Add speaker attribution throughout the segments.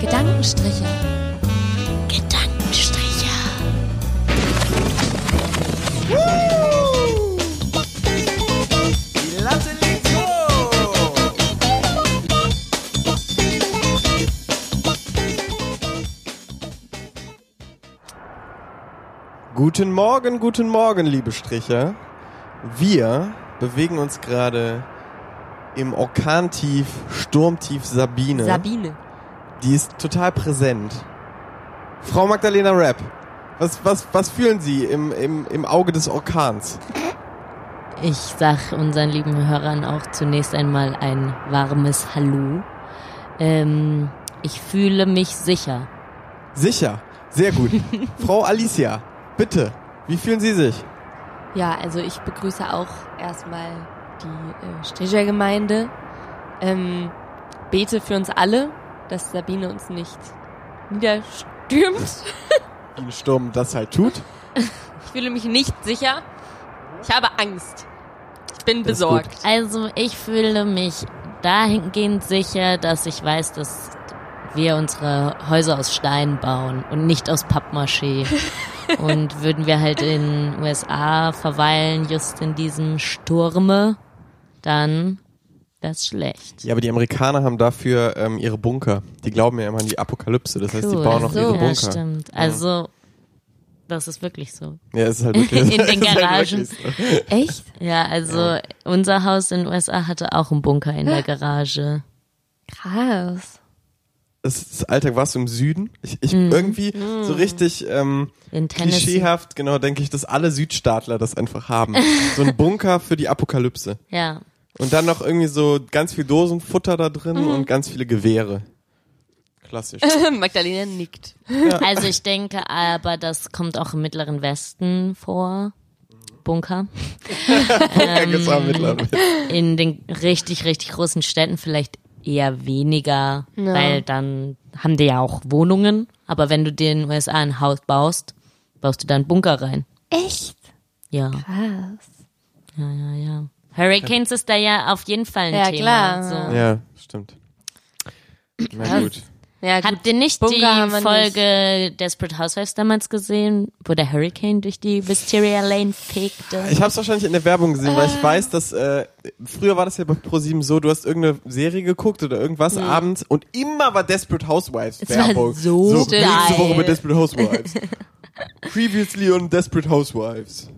Speaker 1: Gedankenstriche. Gedankenstriche.
Speaker 2: Die Latte liegt hoch.
Speaker 3: Guten Morgen, guten Morgen, liebe Stricher. Wir bewegen uns gerade im Orkantief, Sturmtief Sabine.
Speaker 4: Sabine.
Speaker 3: Die ist total präsent. Frau Magdalena Rapp, was, was, was fühlen Sie im, im, im Auge des Orkans?
Speaker 4: Ich sag unseren lieben Hörern auch zunächst einmal ein warmes Hallo. Ähm, ich fühle mich sicher.
Speaker 3: Sicher, sehr gut. Frau Alicia, bitte, wie fühlen Sie sich?
Speaker 5: Ja, also ich begrüße auch erstmal die äh, Strichergemeinde. Ähm, bete für uns alle, dass Sabine uns nicht niederstürmt.
Speaker 3: Ihnen Sturm das halt tut.
Speaker 5: Ich fühle mich nicht sicher. Ich habe Angst. Ich bin
Speaker 3: Das ist gut.
Speaker 5: besorgt.
Speaker 4: Also ich fühle mich dahingehend sicher, dass ich weiß, dass wir unsere Häuser aus Stein bauen und nicht aus Pappmaché. und würden wir halt in USA verweilen, just in diesem Sturme, dann wär's schlecht.
Speaker 3: Ja, aber die Amerikaner haben dafür ähm, ihre Bunker. Die glauben ja immer an die Apokalypse. Das heißt, die
Speaker 4: Cool.
Speaker 3: bauen auch
Speaker 4: Ach so.
Speaker 3: ihre Bunker.
Speaker 4: Ja, stimmt. Also, das ist wirklich so.
Speaker 3: Ja, es ist halt wirklich.
Speaker 4: In
Speaker 3: es
Speaker 4: den
Speaker 3: ist halt
Speaker 4: Garagen.
Speaker 3: wirklich so.
Speaker 5: Echt?
Speaker 4: Ja, also unser Haus in den USA hatte auch einen Bunker in der Garage.
Speaker 5: Krass.
Speaker 3: Es ist Alltag warst du im Süden. Ich, ich
Speaker 4: Mhm.
Speaker 3: irgendwie so richtig ähm,
Speaker 4: In Tennessee.
Speaker 3: klischeehaft, genau, denke ich, dass alle Südstaatler das einfach haben. So ein Bunker für die Apokalypse.
Speaker 4: Ja.
Speaker 3: Und dann noch irgendwie so ganz viel Dosenfutter da drin
Speaker 4: Mhm.
Speaker 3: und ganz viele Gewehre. Klassisch.
Speaker 5: Magdalena nickt.
Speaker 4: Also ich denke aber, das kommt auch im Mittleren Westen vor. Bunker.
Speaker 3: Das war mittlerweile.
Speaker 4: In den richtig, richtig großen Städten vielleicht eher weniger,
Speaker 5: Ja.
Speaker 4: weil dann haben die ja auch Wohnungen. Aber wenn du dir in den USA ein Haus baust, baust du da einen Bunker rein.
Speaker 5: Echt?
Speaker 4: Ja.
Speaker 5: Krass.
Speaker 4: Ja, ja, ja. Hurricanes ist da ja auf jeden Fall ein
Speaker 5: Ja,
Speaker 4: Thema. also.
Speaker 5: klar.
Speaker 4: So.
Speaker 3: Ja, stimmt. Na gut.
Speaker 5: Ja, gut.
Speaker 4: Habt ihr nicht
Speaker 5: Bunker haben wir
Speaker 4: die Folge Desperate Housewives damals gesehen, wo der Hurricane durch die Wisteria Lane fegte?
Speaker 3: Ich habe es wahrscheinlich in der Werbung gesehen, weil
Speaker 4: Ah.
Speaker 3: ich weiß, dass äh, früher war das ja bei ProSieben so, du hast irgendeine Serie geguckt oder irgendwas abends und immer war Desperate Housewives
Speaker 4: Mhm. Es war
Speaker 3: Werbung.
Speaker 4: so
Speaker 3: nächste
Speaker 4: geil.
Speaker 3: Woche bei Desperate Housewives. Previously on Desperate Housewives.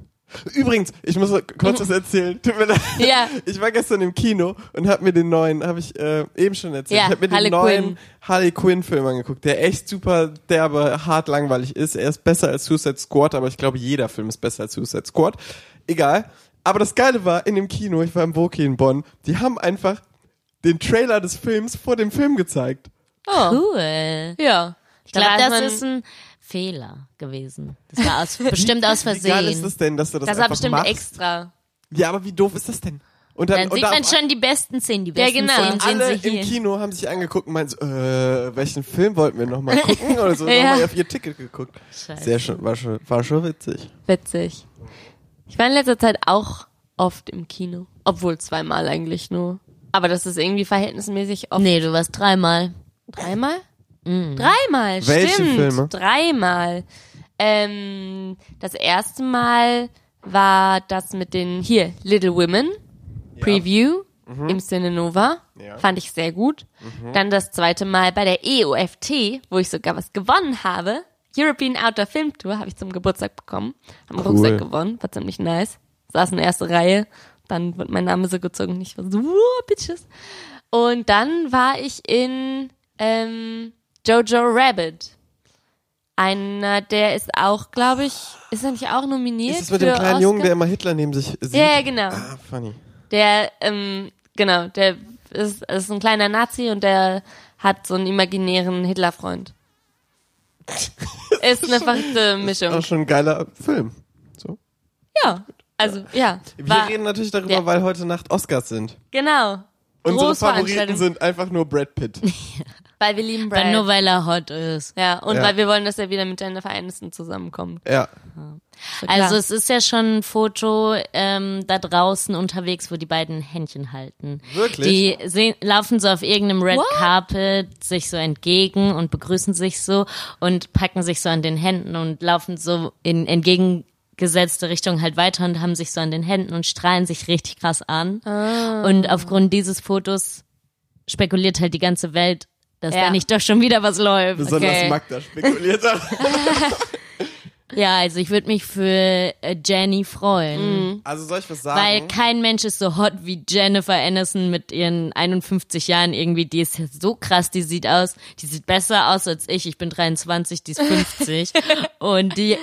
Speaker 3: Übrigens, ich muss kurz
Speaker 4: Mhm.
Speaker 3: was erzählen. Tut mir leid.
Speaker 5: Ja.
Speaker 3: Ich war gestern im Kino und habe mir den neuen, habe ich äh, eben schon erzählt,
Speaker 5: Ja,
Speaker 3: ich habe mir
Speaker 5: Harley
Speaker 3: den neuen
Speaker 5: Quinn.
Speaker 3: Harley Quinn Film angeguckt, der echt super derbe, hart langweilig ist. Er ist besser als Suicide Squad, aber ich glaube, jeder Film ist besser als Suicide Squad. Egal. Aber das Geile war, in dem Kino, ich war im Woki in Bonn, die haben einfach den Trailer des Films vor dem Film gezeigt.
Speaker 5: Oh,
Speaker 4: Cool.
Speaker 5: ja.
Speaker 4: Ich glaube, das
Speaker 5: man,
Speaker 4: ist ein Fehler gewesen. Das war aus, bestimmt aus
Speaker 3: Wie geil ist
Speaker 4: Versehen.
Speaker 3: das denn, dass du das,
Speaker 5: Das war
Speaker 3: einfach
Speaker 5: bestimmt
Speaker 3: machst?
Speaker 5: extra.
Speaker 3: Ja, aber wie doof ist das denn? Und
Speaker 4: Dann
Speaker 3: und
Speaker 4: sieht man
Speaker 3: auf-
Speaker 4: schon die besten Szenen. Die besten
Speaker 5: genau.
Speaker 4: Szenen sehen
Speaker 3: alle
Speaker 4: sie hier.
Speaker 3: im Kino haben sich angeguckt und meinen so, äh, welchen Film wollten wir nochmal gucken? Oder so,
Speaker 5: Ja.
Speaker 3: nochmal auf ihr Ticket geguckt. Sehr schön, war schon, war schon witzig.
Speaker 5: Witzig. Ich war in letzter Zeit auch oft im Kino. Obwohl zweimal eigentlich nur. Aber das ist irgendwie verhältnismäßig oft.
Speaker 4: Nee, du warst dreimal.
Speaker 5: Dreimal? Dreimal,
Speaker 3: Welche
Speaker 5: stimmt.
Speaker 3: Filme?
Speaker 5: Dreimal. Ähm, das erste Mal war das mit den, hier, Little Women, Preview im Cine Nova.
Speaker 3: Mhm. Ja. Mhm.
Speaker 5: Fand ich sehr gut. Dann das zweite Mal bei der E EOFT, wo ich sogar was gewonnen habe. European Outdoor Film Tour habe ich zum Geburtstag bekommen. Am Rucksack gewonnen, war ziemlich nice. Saß in der ersten Reihe, dann wird mein Name so gezogen und ich war so, "Wow, Bitches. Und dann war ich in ähm, Jojo Rabbit. Einer, der ist auch, glaube ich, ist er nicht auch nominiert?
Speaker 3: Ist das mit dem
Speaker 5: für
Speaker 3: kleinen
Speaker 5: Oscar?
Speaker 3: Jungen, der immer Hitler neben sich sieht?
Speaker 5: Ja, ja, genau.
Speaker 3: Ah, funny.
Speaker 5: Der, ähm, genau, der ist, ist ein kleiner Nazi und der hat so einen imaginären Hitlerfreund. ist eine verrückte
Speaker 3: Auch
Speaker 5: Mischung.
Speaker 3: schon ein geiler Film. So.
Speaker 5: Ja, also, ja.
Speaker 3: Wir
Speaker 5: War,
Speaker 3: reden natürlich darüber,
Speaker 5: Ja.
Speaker 3: weil heute Nacht Oscars sind.
Speaker 5: genau.
Speaker 3: Unsere
Speaker 5: Großveranstaltung.
Speaker 3: Favoriten sind einfach nur Brad Pitt.
Speaker 5: Weil wir lieben
Speaker 4: Aber
Speaker 5: Brad.
Speaker 4: nur weil er hot ist.
Speaker 5: ja, und
Speaker 3: Ja.
Speaker 5: weil wir wollen, dass er wieder mit Jennifer Aniston zusammenkommt.
Speaker 3: Ja.
Speaker 4: Also es ist ja schon ein Foto ähm, da draußen unterwegs, wo die beiden Händchen halten.
Speaker 3: Wirklich?
Speaker 4: Die sehen, laufen so auf irgendeinem Red
Speaker 5: What?
Speaker 4: Carpet sich so entgegen und begrüßen sich so und packen sich so an den Händen und laufen so in entgegengesetzte Richtung halt weiter und haben sich so an den Händen und strahlen sich richtig krass an. Und aufgrund dieses Fotos spekuliert halt die ganze Welt, dass
Speaker 5: Ja.
Speaker 4: da nicht doch schon wieder was läuft.
Speaker 3: Besonders
Speaker 5: Okay.
Speaker 3: Magda spekuliert hat.
Speaker 4: Ja, also ich würde mich für äh, Jenny freuen.
Speaker 3: Also soll ich was
Speaker 4: Weil
Speaker 3: sagen?
Speaker 4: kein Mensch ist so hot wie Jennifer Aniston mit ihren 51 Jahren irgendwie. Die ist ja so krass, die sieht aus, die sieht besser aus als ich. Ich bin 23, die ist 50. und die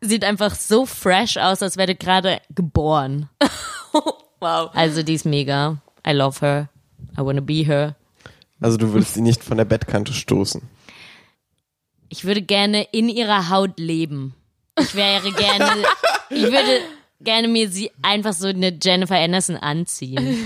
Speaker 4: sieht einfach so fresh aus, als wäre die gerade geboren.
Speaker 5: Wow.
Speaker 4: Also die ist mega. I love her. I wanna be her.
Speaker 3: also du würdest sie nicht von der Bettkante stoßen.
Speaker 4: Ich würde gerne in ihrer Haut leben. Ich wäre gerne, ich würde gerne mir sie einfach so eine Jennifer Aniston anziehen.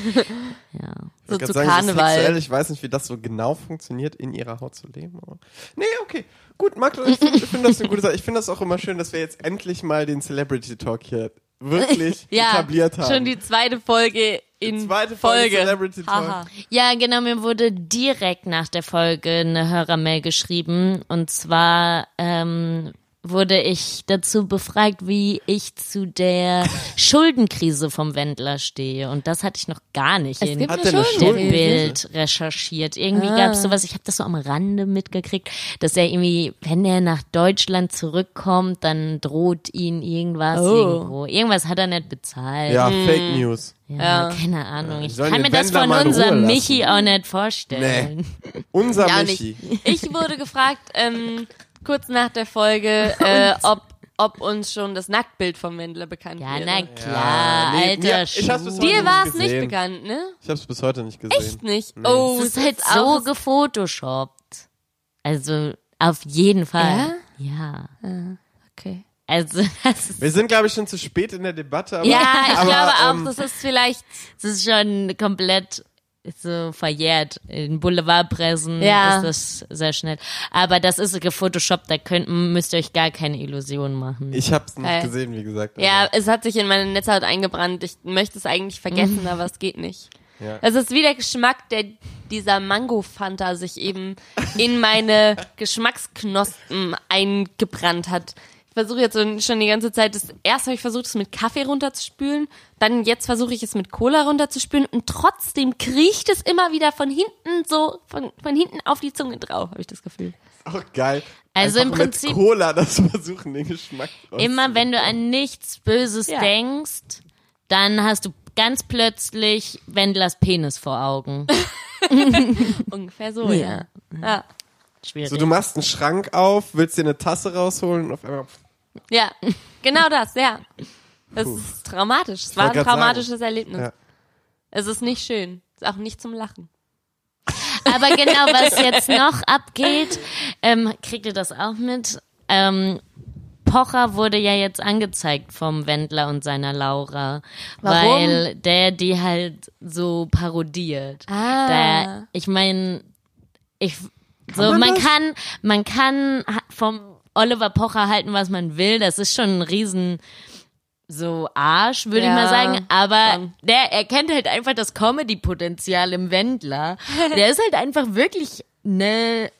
Speaker 5: So zu
Speaker 3: Gerade sagen, sie ist sexuell.
Speaker 5: Karneval.
Speaker 3: Ich weiß nicht, wie das so genau funktioniert, in ihrer Haut zu leben. Aber nee, okay. Gut, Magda, ich finde find das eine gute Sache. Ich finde das auch immer schön, dass wir jetzt endlich mal den Celebrity Talk hier wirklich
Speaker 5: Ja,
Speaker 3: etabliert haben.
Speaker 5: schon die zweite Folge in
Speaker 3: zweite Folge
Speaker 5: Folge.
Speaker 3: Celebrity Talk.
Speaker 5: Haha.
Speaker 4: Ja, genau, mir wurde direkt nach der Folge eine Hörermail geschrieben. Und zwar ähm, wurde ich dazu befragt, wie ich zu der Schuldenkrise vom Wendler stehe. Und das hatte ich noch gar nicht
Speaker 5: Es
Speaker 4: in
Speaker 5: gibt
Speaker 3: Hat
Speaker 5: eine
Speaker 3: der eine Schulden-
Speaker 5: Schuldenkrise. Ah.
Speaker 4: Bild recherchiert. Irgendwie gab's sowas, ich habe das so am Rande mitgekriegt, dass er irgendwie, wenn er nach Deutschland zurückkommt, dann droht ihn irgendwas
Speaker 5: Oh.
Speaker 4: irgendwo. Irgendwas hat er nicht bezahlt.
Speaker 3: Ja, Fake News.
Speaker 4: Ja, keine Ahnung. Ich
Speaker 3: sollen
Speaker 4: kann
Speaker 3: den
Speaker 4: mir das
Speaker 3: Wendler
Speaker 4: von
Speaker 3: mal in Ruhe
Speaker 4: unserem
Speaker 3: lassen.
Speaker 4: Michi auch nicht vorstellen.
Speaker 3: Nee. Unser
Speaker 5: Ja,
Speaker 3: Michi.
Speaker 5: nicht. Ich wurde gefragt, ähm, kurz nach der Folge, äh, ob, ob uns schon das Nacktbild vom Wendler bekannt
Speaker 4: Ja,
Speaker 5: wäre.
Speaker 4: na klar,
Speaker 3: nee, mir-
Speaker 4: alter
Speaker 3: ich hab's bis
Speaker 4: Schuh.
Speaker 3: heute
Speaker 5: Dir war es nicht
Speaker 3: Gesehen.
Speaker 5: bekannt, ne?
Speaker 3: Ich habe es bis heute nicht gesehen.
Speaker 5: Echt nicht. Oh,
Speaker 4: Das ist
Speaker 5: es
Speaker 4: halt
Speaker 5: ist
Speaker 4: so
Speaker 5: auch-
Speaker 4: gefotoshoppt. Also, auf jeden Fall. Ja.
Speaker 5: Okay.
Speaker 4: Also, das ist,
Speaker 3: Wir sind, glaube ich, schon zu spät in der Debatte. Aber,
Speaker 5: Ja, ich
Speaker 3: aber,
Speaker 5: glaube auch,
Speaker 3: ähm,
Speaker 5: das ist vielleicht.
Speaker 4: das ist schon komplett so verjährt. In Boulevardpressen
Speaker 5: Ja.
Speaker 4: ist das sehr schnell. Aber das ist gefotoshoppt, da könnt, müsst ihr euch gar keine Illusionen machen.
Speaker 3: Ich habe es nicht
Speaker 5: Geil.
Speaker 3: gesehen, wie gesagt.
Speaker 5: Ja, es hat sich in meine Netzhaut eingebrannt. Ich möchte es eigentlich vergessen, aber es geht nicht.
Speaker 3: Ja.
Speaker 5: Es ist wie der Geschmack, der dieser Mango-Fanta sich eben in meine Geschmacksknospen eingebrannt hat. Ich versuche jetzt so- schon die ganze Zeit, das, erst habe ich versucht, es mit Kaffee runterzuspülen, dann jetzt versuche ich es mit Cola runterzuspülen und trotzdem kriecht es immer wieder von hinten so, von, von hinten auf die Zunge drauf, habe ich das Gefühl.
Speaker 3: Auch geil.
Speaker 4: Also
Speaker 3: Einfach
Speaker 4: im Prinzip-
Speaker 3: Mit Cola das versuchen, den Geschmack
Speaker 4: Immer wenn du an nichts Böses
Speaker 5: Ja.
Speaker 4: denkst, dann hast du ganz plötzlich Wendlers Penis vor Augen.
Speaker 5: Ungefähr so, ja. Ja,
Speaker 4: Schwierig.
Speaker 3: So, du machst einen Schrank auf, willst dir eine Tasse rausholen und auf einmal.
Speaker 5: ja. genau das, ja. Das ist traumatisch. Es war
Speaker 3: wollte
Speaker 5: ein
Speaker 3: grad
Speaker 5: traumatisches Erlebnis.
Speaker 3: Ja.
Speaker 5: Es ist nicht schön. Ist auch nicht zum Lachen.
Speaker 4: Aber genau, was jetzt noch abgeht, ähm, kriegt ihr das auch mit? Ähm, Pocher wurde ja jetzt angezeigt vom Wendler und seiner Laura,
Speaker 5: Warum?
Speaker 4: weil der die halt so parodiert.
Speaker 5: Ah.
Speaker 4: Da, ich meine, ich so
Speaker 3: man
Speaker 4: man,
Speaker 3: das?
Speaker 4: kann man kann ha- vom Oliver Pocher halten, was man will. Das ist schon ein riesen so Arsch, würde
Speaker 5: Ja,
Speaker 4: ich mal sagen. Aber
Speaker 5: schon.
Speaker 4: der erkennt halt einfach das Comedy-Potenzial im Wendler. Der ist halt einfach wirklich ne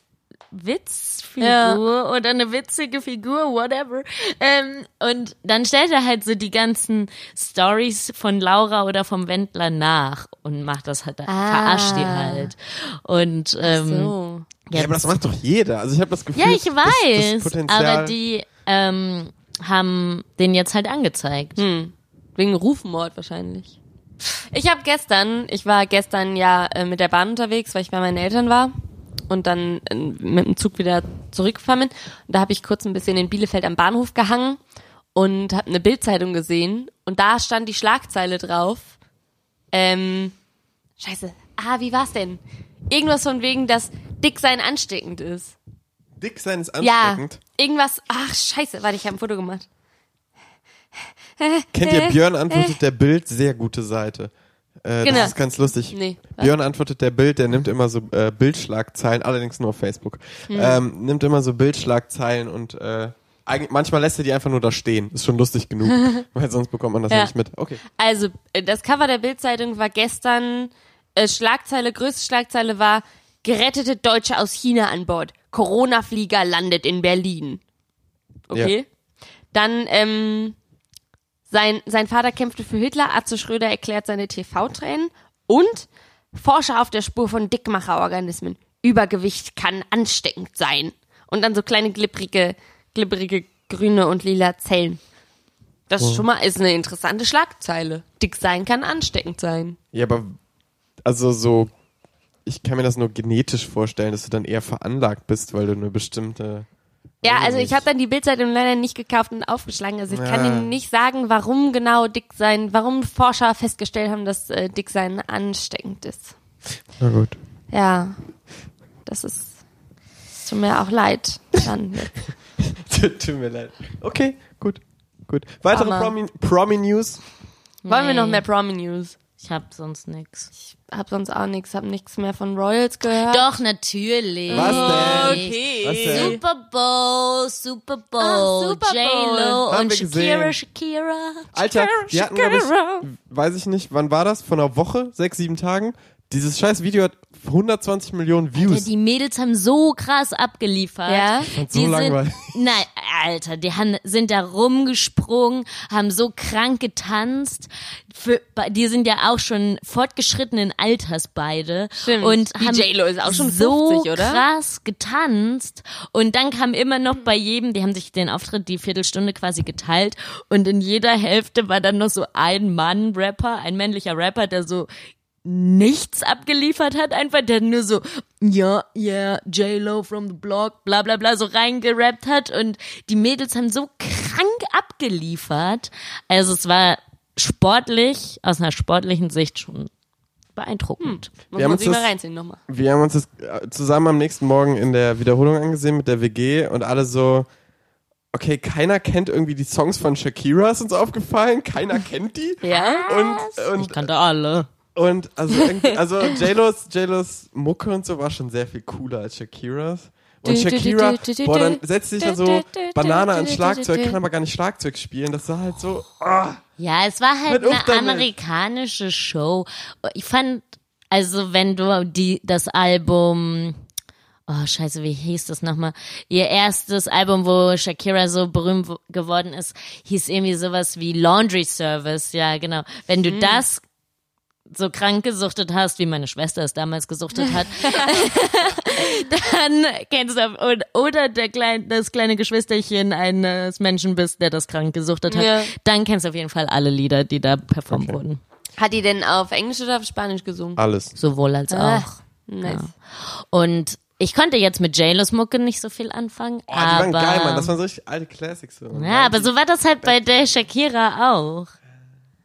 Speaker 4: Witzfigur
Speaker 5: Ja.
Speaker 4: oder eine witzige Figur, whatever. Ähm, und dann stellt er halt so die ganzen Stories von Laura oder vom Wendler nach und macht das halt, verarscht die halt. Und ähm,
Speaker 5: Ah. So. Hm,
Speaker 3: Ja, aber das macht doch jeder. Also ich habe das Gefühl.
Speaker 4: ja, ich
Speaker 3: das-
Speaker 4: weiß,
Speaker 3: Das, Potenzial,
Speaker 4: aber die ähm, haben den jetzt halt angezeigt.
Speaker 5: Hm. Wegen Rufmord wahrscheinlich. Ich habe gestern, ich war gestern ja äh, mit der Bahn unterwegs, weil ich bei meinen Eltern war und dann äh, mit dem Zug wieder zurückgefahren bin. Und da habe ich kurz ein bisschen in Bielefeld am Bahnhof gehangen und habe eine Bildzeitung gesehen und da stand die Schlagzeile drauf. Ähm, scheiße. Ah, wie war's denn? Irgendwas von wegen, dass Dicksein ansteckend ist.
Speaker 3: dick sein ist
Speaker 5: Ja,
Speaker 3: ansteckend.
Speaker 5: irgendwas. Ach, scheiße. Warte, ich habe ein Foto gemacht. Äh,
Speaker 3: Kennt ihr Björn antwortet der Bild sehr gute Seite. Äh,
Speaker 5: Genau.
Speaker 3: Das ist ganz lustig.
Speaker 5: Nee, was?
Speaker 3: Björn antwortet der Bild, der nimmt immer so äh, Bildschlagzeilen, allerdings nur auf Facebook.
Speaker 5: Hm.
Speaker 3: Ähm, nimmt immer so Bildschlagzeilen und äh, eigentlich, manchmal lässt er die einfach nur da stehen. Ist schon lustig genug, weil sonst bekommt man das ja.
Speaker 5: Ja.
Speaker 3: nicht mit. Okay.
Speaker 5: Also, äh, das Cover der Bildzeitung war gestern, äh, Schlagzeile, größte Schlagzeile war, gerettete Deutsche aus China an Bord. Corona-Flieger landet in Berlin. Okay. Dann, ähm, sein, sein Vater kämpfte für Hitler, Atze Schröder erklärt seine TV-Tränen und Forscher auf der Spur von Dickmacherorganismen. Übergewicht kann ansteckend sein. Und dann so kleine glibberige, glibberige grüne und lila Zellen. Das ist schon mal ist eine interessante Schlagzeile. Dick sein kann ansteckend sein.
Speaker 3: Ja, aber also so, ich kann mir das nur genetisch vorstellen, dass du dann eher veranlagt bist, weil du eine bestimmte.
Speaker 5: Ja,
Speaker 3: Weiß
Speaker 5: also ich
Speaker 3: nicht.
Speaker 5: habe dann die Bildzeitung leider nicht gekauft und aufgeschlagen. Also ich kann
Speaker 3: Ja.
Speaker 5: Ihnen nicht sagen, warum genau dick sein, warum Forscher festgestellt haben, dass äh, dick sein ansteckend ist.
Speaker 3: Na gut.
Speaker 5: Ja, das ist es tut mir auch leid. Dann
Speaker 3: Tut mir leid. Okay, gut. Gut. Weitere
Speaker 5: Hammer.
Speaker 3: Promi- Promi-News.
Speaker 5: wollen wir noch
Speaker 4: Nee.
Speaker 5: mehr Promi News.
Speaker 4: Ich hab sonst nix.
Speaker 5: Hab sonst auch nichts, hab nichts mehr von Royals gehört.
Speaker 4: Doch, natürlich.
Speaker 5: Mhm.
Speaker 3: Was denn?
Speaker 5: Okay.
Speaker 3: Was denn?
Speaker 4: Super Bowl, Super Bowl,
Speaker 5: Ah, Super Bowl.
Speaker 4: J-Lo
Speaker 3: Haben
Speaker 4: und
Speaker 3: wir
Speaker 4: Shakira,
Speaker 3: gesehen.
Speaker 4: Shakira.
Speaker 3: Alter, wir hatten, glaub
Speaker 5: Shakira.
Speaker 3: ich, weiß ich nicht, wann war das? Vor einer Woche, sechs, sieben Tagen. Dieses scheiß Video hat 120 Millionen
Speaker 4: Ja,
Speaker 3: Views.
Speaker 4: die Mädels haben so krass abgeliefert.
Speaker 5: Ja?
Speaker 3: Und so langweilig.
Speaker 4: Sind, nein, Alter, die haben, sind da rumgesprungen, haben so krank getanzt. Für, bei- die sind ja auch schon fortgeschrittenen Alters beide.
Speaker 5: Stimmt.
Speaker 4: Und
Speaker 5: Die
Speaker 4: haben
Speaker 5: J.Lo ist auch schon
Speaker 4: so
Speaker 5: 50, oder?
Speaker 4: krass getanzt. Und dann kam immer noch bei jedem, die haben sich den Auftritt die Viertelstunde quasi geteilt. Und in jeder Hälfte war dann noch so ein Mann-Rapper, ein männlicher Rapper, der so nichts abgeliefert hat, einfach der nur so, ja, yeah, J-Lo from the block, bla bla bla, so reingerappt hat und die Mädels haben so krank abgeliefert. Also es war sportlich, aus einer sportlichen Sicht schon beeindruckend.
Speaker 5: Muss
Speaker 3: Wir haben
Speaker 5: man
Speaker 3: uns
Speaker 5: sich mal
Speaker 3: das-
Speaker 5: reinziehen nochmal.
Speaker 3: Wir haben uns das äh, zusammen am nächsten Morgen in der Wiederholung angesehen mit der WG und alle so, okay, keiner kennt irgendwie die Songs von Shakira, ist uns aufgefallen, keiner kennt die.
Speaker 5: Ja?
Speaker 3: Und, und
Speaker 4: Ich kannte alle.
Speaker 3: Und also, irgendwie- also J-Los, J-Los Mucke und so war schon sehr viel cooler als Shakiras.
Speaker 5: Du,
Speaker 3: Und
Speaker 5: du, du,
Speaker 3: Shakira,
Speaker 5: du, du, du,
Speaker 3: boah, dann
Speaker 5: du,
Speaker 3: setzt sich
Speaker 5: du,
Speaker 3: da
Speaker 5: du,
Speaker 3: so
Speaker 5: du,
Speaker 3: Banane
Speaker 5: du,
Speaker 3: ans
Speaker 5: du, du,
Speaker 3: Schlagzeug,
Speaker 5: du.
Speaker 3: kann aber gar nicht Schlagzeug spielen. Das war halt so, ah,
Speaker 4: Ja, es war halt
Speaker 3: Hört auf
Speaker 4: eine
Speaker 3: damit.
Speaker 4: amerikanische Show. Ich fand, also wenn du die, das Album, oh scheiße, wie hieß das nochmal? Ihr erstes Album, wo Shakira so berühmt w- geworden ist, hieß irgendwie sowas wie Laundry Service. Ja, genau. Wenn
Speaker 3: Mhm.
Speaker 4: du das so krank gesuchtet hast, wie meine Schwester es damals gesuchtet hat, dann kennst du und, oder der klein, das kleine Geschwisterchen eines Menschen bist, der das krank gesuchtet hat,
Speaker 5: Ja.
Speaker 4: dann kennst du auf jeden Fall alle Lieder, die da performt wurden.
Speaker 5: Hat die denn auf Englisch oder auf Spanisch gesungen?
Speaker 3: alles.
Speaker 4: Sowohl als
Speaker 5: Ach,
Speaker 4: auch.
Speaker 5: nice.
Speaker 4: Und ich konnte jetzt mit J-Los Mucke nicht so viel anfangen,
Speaker 3: Oh, die
Speaker 4: aber
Speaker 3: waren geil, Mann. Das waren so richtig alte Classics. So.
Speaker 4: ja, aber so war das halt bei der Shakira auch.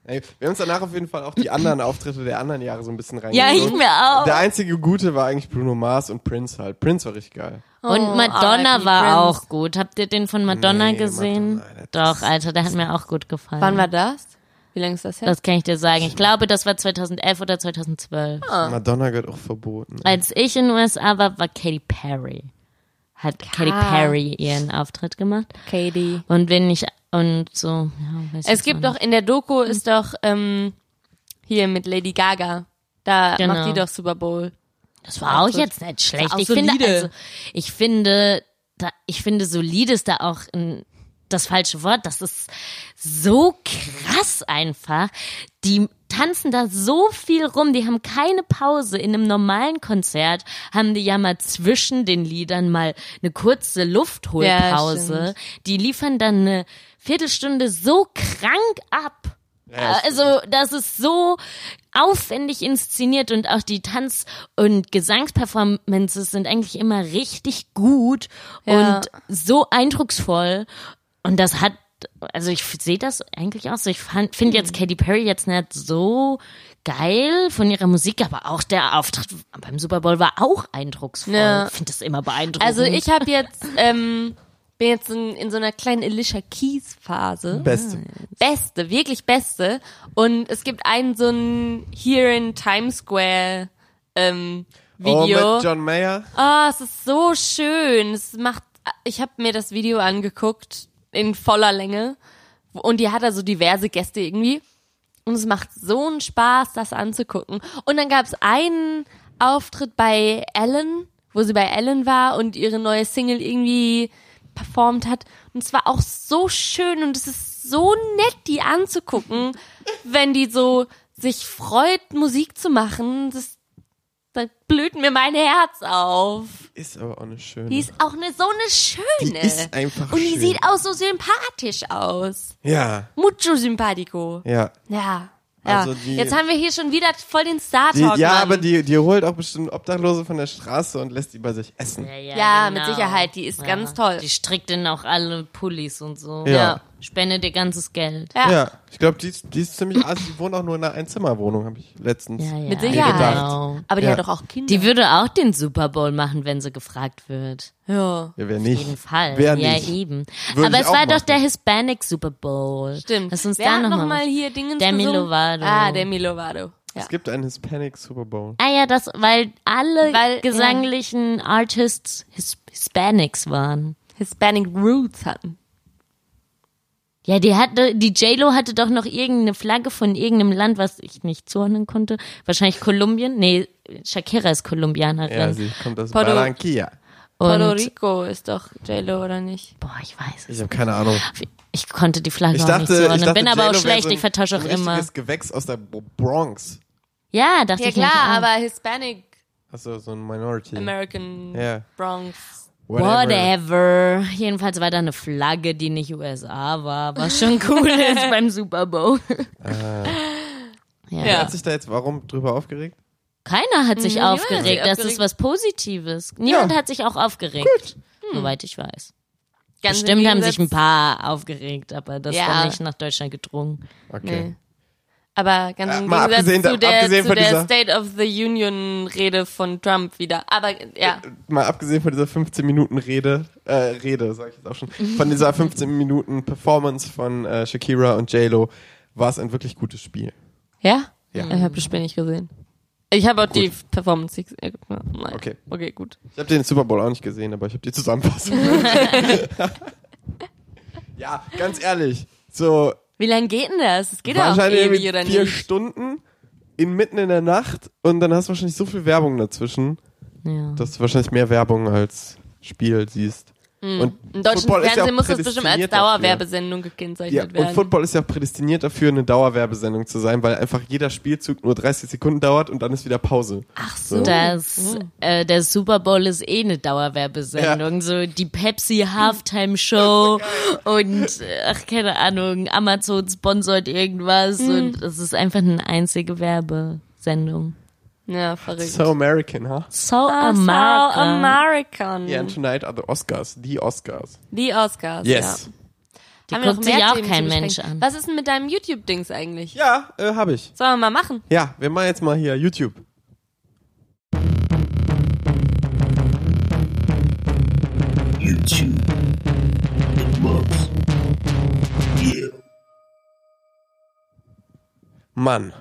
Speaker 3: Ey, wir haben uns danach auf jeden Fall auch die anderen Auftritte der anderen Jahre so ein bisschen
Speaker 4: Ja,
Speaker 3: reingezogen.
Speaker 4: ich mir auch.
Speaker 3: Der einzige Gute war eigentlich Bruno Mars und Prince halt. Prince war richtig geil.
Speaker 4: Und
Speaker 5: R.I.P.
Speaker 4: Madonna war
Speaker 5: Prince.
Speaker 4: auch gut. Habt ihr den von Madonna
Speaker 3: Nee,
Speaker 4: gesehen?
Speaker 3: Madonna, das-
Speaker 4: Doch, Alter, der hat mir auch gut gefallen.
Speaker 5: Wann war das? Wie lange ist das her?
Speaker 4: das kann ich dir sagen. Ich glaube, das war 2011 oder 2012.
Speaker 5: Ah.
Speaker 3: Madonna gehört auch verboten.
Speaker 4: Als ich in den USA war, war Katy Perry. Hat Katy Perry ihren Auftritt gemacht.
Speaker 5: Katie.
Speaker 4: Und wenn ich, und so, ja, weiß
Speaker 5: Es
Speaker 4: ich
Speaker 5: gibt
Speaker 4: auch
Speaker 5: doch, in der Doku ist doch ähm, hier mit Lady Gaga. Da
Speaker 4: Genau.
Speaker 5: macht die doch Super Bowl.
Speaker 4: Das war auch jetzt nicht schlecht.
Speaker 5: War auch
Speaker 4: Ich finde,
Speaker 5: solide.
Speaker 4: also, ich finde, da, ich finde, solide ist da auch ein, das falsche Wort. Das ist so krass einfach. Die tanzen da so viel rum. Die haben keine Pause. In einem normalen Konzert haben die ja mal zwischen den Liedern mal eine kurze Luftholpause. die liefern dann eine Viertelstunde so krank ab. Also, das ist so aufwendig inszeniert und auch die Tanz- und Gesangsperformances sind eigentlich immer richtig gut
Speaker 5: Ja.
Speaker 4: und so eindrucksvoll. Und das hat, also ich sehe das eigentlich auch so. Ich finde
Speaker 5: Mhm.
Speaker 4: jetzt Katy Perry jetzt nicht so geil von ihrer Musik, aber auch der Auftritt beim Super Bowl war auch eindrucksvoll.
Speaker 5: Ja.
Speaker 4: Mhm. Ich finde das immer beeindruckend.
Speaker 5: Also ich habe jetzt ähm, Bin jetzt in, in so einer kleinen Alicia Keys Phase.
Speaker 3: Beste.
Speaker 5: Beste, wirklich beste. Und es gibt einen so ein Here in Times Square ähm,
Speaker 3: Oh,
Speaker 5: Video.
Speaker 3: mit John Mayer.
Speaker 5: Ah, es ist so schön. Es macht. Ich habe mir das Video angeguckt in voller Länge und die hat da so diverse Gäste irgendwie und es macht so einen Spaß, das anzugucken. Und dann gab es einen Auftritt bei Ellen, wo sie bei Ellen war und ihre neue Single irgendwie performt hat. Und es war auch so schön und es ist so nett, die anzugucken, wenn die so sich freut, Musik zu machen. Das, da blüht mir mein Herz auf.
Speaker 3: Ist aber auch eine schöne.
Speaker 5: Die ist auch eine, so eine Schöne.
Speaker 3: Die ist einfach
Speaker 5: Und die
Speaker 3: schön.
Speaker 5: sieht auch so sympathisch aus.
Speaker 3: ja,
Speaker 5: Mucho simpatico.
Speaker 3: ja.
Speaker 5: Ja. Ja.
Speaker 3: Also die-
Speaker 5: Jetzt haben wir hier schon wieder voll den Star
Speaker 3: Die,
Speaker 5: Talk.
Speaker 3: ja,
Speaker 5: Mann.
Speaker 3: aber die, die holt auch bestimmt Obdachlose von der Straße und lässt die bei sich essen.
Speaker 5: Ja, mit Sicherheit, die ist ganz toll.
Speaker 4: genau. Die strickt dann auch alle Pullis und so.
Speaker 3: Ja. Ja.
Speaker 4: Spendet ihr ganzes Geld.
Speaker 5: Ja.
Speaker 3: Ja, ich glaube, die, ist- die ist ziemlich arg. Die wohnt auch nur in einer Einzimmerwohnung, habe ich letztens.
Speaker 4: Ja, ja.
Speaker 5: Mit
Speaker 3: gedacht.
Speaker 5: Sicherheit.
Speaker 4: Genau.
Speaker 5: Aber die
Speaker 3: Ja.
Speaker 5: hat doch auch Kinder.
Speaker 4: Die würde auch den Super Bowl machen, wenn sie gefragt wird.
Speaker 5: ja.
Speaker 3: Ja, wer
Speaker 4: Auf jeden
Speaker 3: nicht.
Speaker 4: Fall.
Speaker 3: Wer
Speaker 4: ja,
Speaker 3: nicht.
Speaker 4: eben.
Speaker 3: Würde
Speaker 4: Aber
Speaker 3: ich
Speaker 4: es
Speaker 3: auch
Speaker 4: war doch
Speaker 3: machen.
Speaker 4: der Hispanic Super Bowl.
Speaker 5: Stimmt.
Speaker 4: Lass uns
Speaker 5: Wer
Speaker 4: da
Speaker 5: hat
Speaker 4: nochmal.
Speaker 5: noch mal hier Dingens
Speaker 4: Demi
Speaker 5: gesungen?
Speaker 4: Lovato.
Speaker 5: Ah, Demi Lovato. Ja.
Speaker 3: Es gibt einen Hispanic Super Bowl.
Speaker 4: Ah ja, das, weil alle
Speaker 5: Weil, ja.
Speaker 4: gesanglichen Artists His Hispanics waren.
Speaker 5: Hispanic Roots hatten.
Speaker 4: Ja, die hatte, die J-Lo hatte doch noch irgendeine Flagge von irgendeinem Land, was ich nicht zuordnen konnte. Wahrscheinlich Kolumbien. Nee, Shakira ist
Speaker 3: Ja,
Speaker 4: Kolumbianerin.
Speaker 3: sie kommt aus
Speaker 5: Puerto-
Speaker 3: Barranquilla.
Speaker 5: Puerto
Speaker 4: und,
Speaker 5: Rico ist doch JLo, oder nicht?
Speaker 4: boah, ich weiß
Speaker 3: Ich
Speaker 4: es.
Speaker 3: habe keine Ahnung.
Speaker 4: Ich, konnte die Flagge
Speaker 3: Ich
Speaker 4: auch nicht
Speaker 3: dachte,
Speaker 4: zuordnen.
Speaker 3: ich dachte
Speaker 4: Bin aber
Speaker 3: J-Lo
Speaker 4: auch
Speaker 3: wär
Speaker 4: schlecht,
Speaker 3: so ein
Speaker 4: ich vertausche auch immer.
Speaker 3: richtiges Gewächs aus der Bo- Bronx.
Speaker 4: Ja, dachte
Speaker 5: Ja
Speaker 4: ich mir
Speaker 5: klar,
Speaker 4: auch.
Speaker 5: aber Hispanic
Speaker 3: Achso, Also so ein Minority.
Speaker 5: American
Speaker 3: Ja.
Speaker 5: Bronx.
Speaker 4: Whatever. Jedenfalls war da eine Flagge, die nicht USA war, was schon cool ist beim Super Bowl. ja.
Speaker 5: Ja.
Speaker 3: Hat sich da jetzt warum drüber aufgeregt?
Speaker 4: Keiner hat sich
Speaker 5: niemand hat sich
Speaker 4: aufgeregt. das
Speaker 5: aufgeregt.
Speaker 4: ist was Positives. Niemand hat sich auch aufgeregt. Hm. Soweit ich weiß.
Speaker 5: Ganz im
Speaker 4: Bestimmt haben sich ein
Speaker 5: Gegensatz-
Speaker 4: paar aufgeregt, aber das
Speaker 5: Ja.
Speaker 4: ist dann nicht nach Deutschland gedrungen.
Speaker 3: Okay.
Speaker 5: Nee. Aber ganz
Speaker 3: Äh,
Speaker 5: im
Speaker 3: mal
Speaker 5: Gegensatz
Speaker 3: abgesehen da-
Speaker 5: zu der,
Speaker 3: abgesehen
Speaker 5: zu
Speaker 3: von
Speaker 5: der
Speaker 3: dieser-
Speaker 5: State of the Union Rede von Trump wieder. Aber ja,
Speaker 3: Mal abgesehen von dieser 15 Minuten Rede, äh, Rede, sag ich jetzt auch schon, von dieser 15 Minuten Performance von äh, Shakira und J-Lo war es ein wirklich gutes Spiel.
Speaker 5: Ja?
Speaker 3: Ja.
Speaker 5: Ich habe das Spiel nicht gesehen. Ich habe auch die Performance nicht gesehen. Naja.
Speaker 3: Okay.
Speaker 5: Okay, gut.
Speaker 3: Ich habe den Super Bowl auch nicht gesehen, aber ich habe die Zusammenfassung. ja, ganz ehrlich. So,
Speaker 5: Wie lange geht denn das? Es geht ja auch
Speaker 3: wahrscheinlich
Speaker 5: ewig,
Speaker 3: irgendwie
Speaker 5: oder
Speaker 3: vier
Speaker 5: nicht?
Speaker 3: Stunden inmitten in der Nacht und dann hast du wahrscheinlich so viel Werbung dazwischen,
Speaker 4: Ja.
Speaker 3: dass du wahrscheinlich mehr Werbung als Spiel siehst. Und
Speaker 5: Hm. Im deutschen
Speaker 3: Football ist ja
Speaker 5: Fernsehen muss
Speaker 3: auch
Speaker 5: das bestimmt als
Speaker 3: prädestiniert dafür.
Speaker 5: Dauerwerbesendung gekennzeichnet
Speaker 3: Ja, und
Speaker 5: werden.
Speaker 3: Football ist ja prädestiniert dafür, eine Dauerwerbesendung zu sein, weil einfach jeder Spielzug nur 30 Sekunden dauert und dann ist wieder Pause. Ach
Speaker 5: Oh.
Speaker 3: so.
Speaker 4: Das, äh, der Super Bowl ist eh eine Dauerwerbesendung. So die Pepsi Halftime Show
Speaker 5: Oh
Speaker 4: und äh, ach, keine Ahnung, Amazon sponsort irgendwas
Speaker 5: Hm.
Speaker 4: und es ist einfach eine einzige Werbesendung.
Speaker 5: ja, verrückt.
Speaker 3: So American, huh?
Speaker 4: So
Speaker 5: Ah,
Speaker 4: America.
Speaker 5: So American.
Speaker 3: Yeah, and tonight are the Oscars. Die Oscars.
Speaker 5: Die Oscars.
Speaker 3: Yes.
Speaker 5: Ja. Haben
Speaker 4: Die
Speaker 5: wir noch
Speaker 4: guckt
Speaker 5: mehr
Speaker 4: sich auch
Speaker 5: Themen
Speaker 4: kein
Speaker 5: zu
Speaker 4: Mensch
Speaker 5: besprechen?
Speaker 4: an.
Speaker 5: Was ist denn mit deinem YouTube-Dings eigentlich?
Speaker 3: Ja, äh, habe ich.
Speaker 5: Sollen wir mal machen?
Speaker 3: Ja, wir machen jetzt mal hier YouTube.
Speaker 1: YouTube. It loves. Yeah.
Speaker 3: Mann,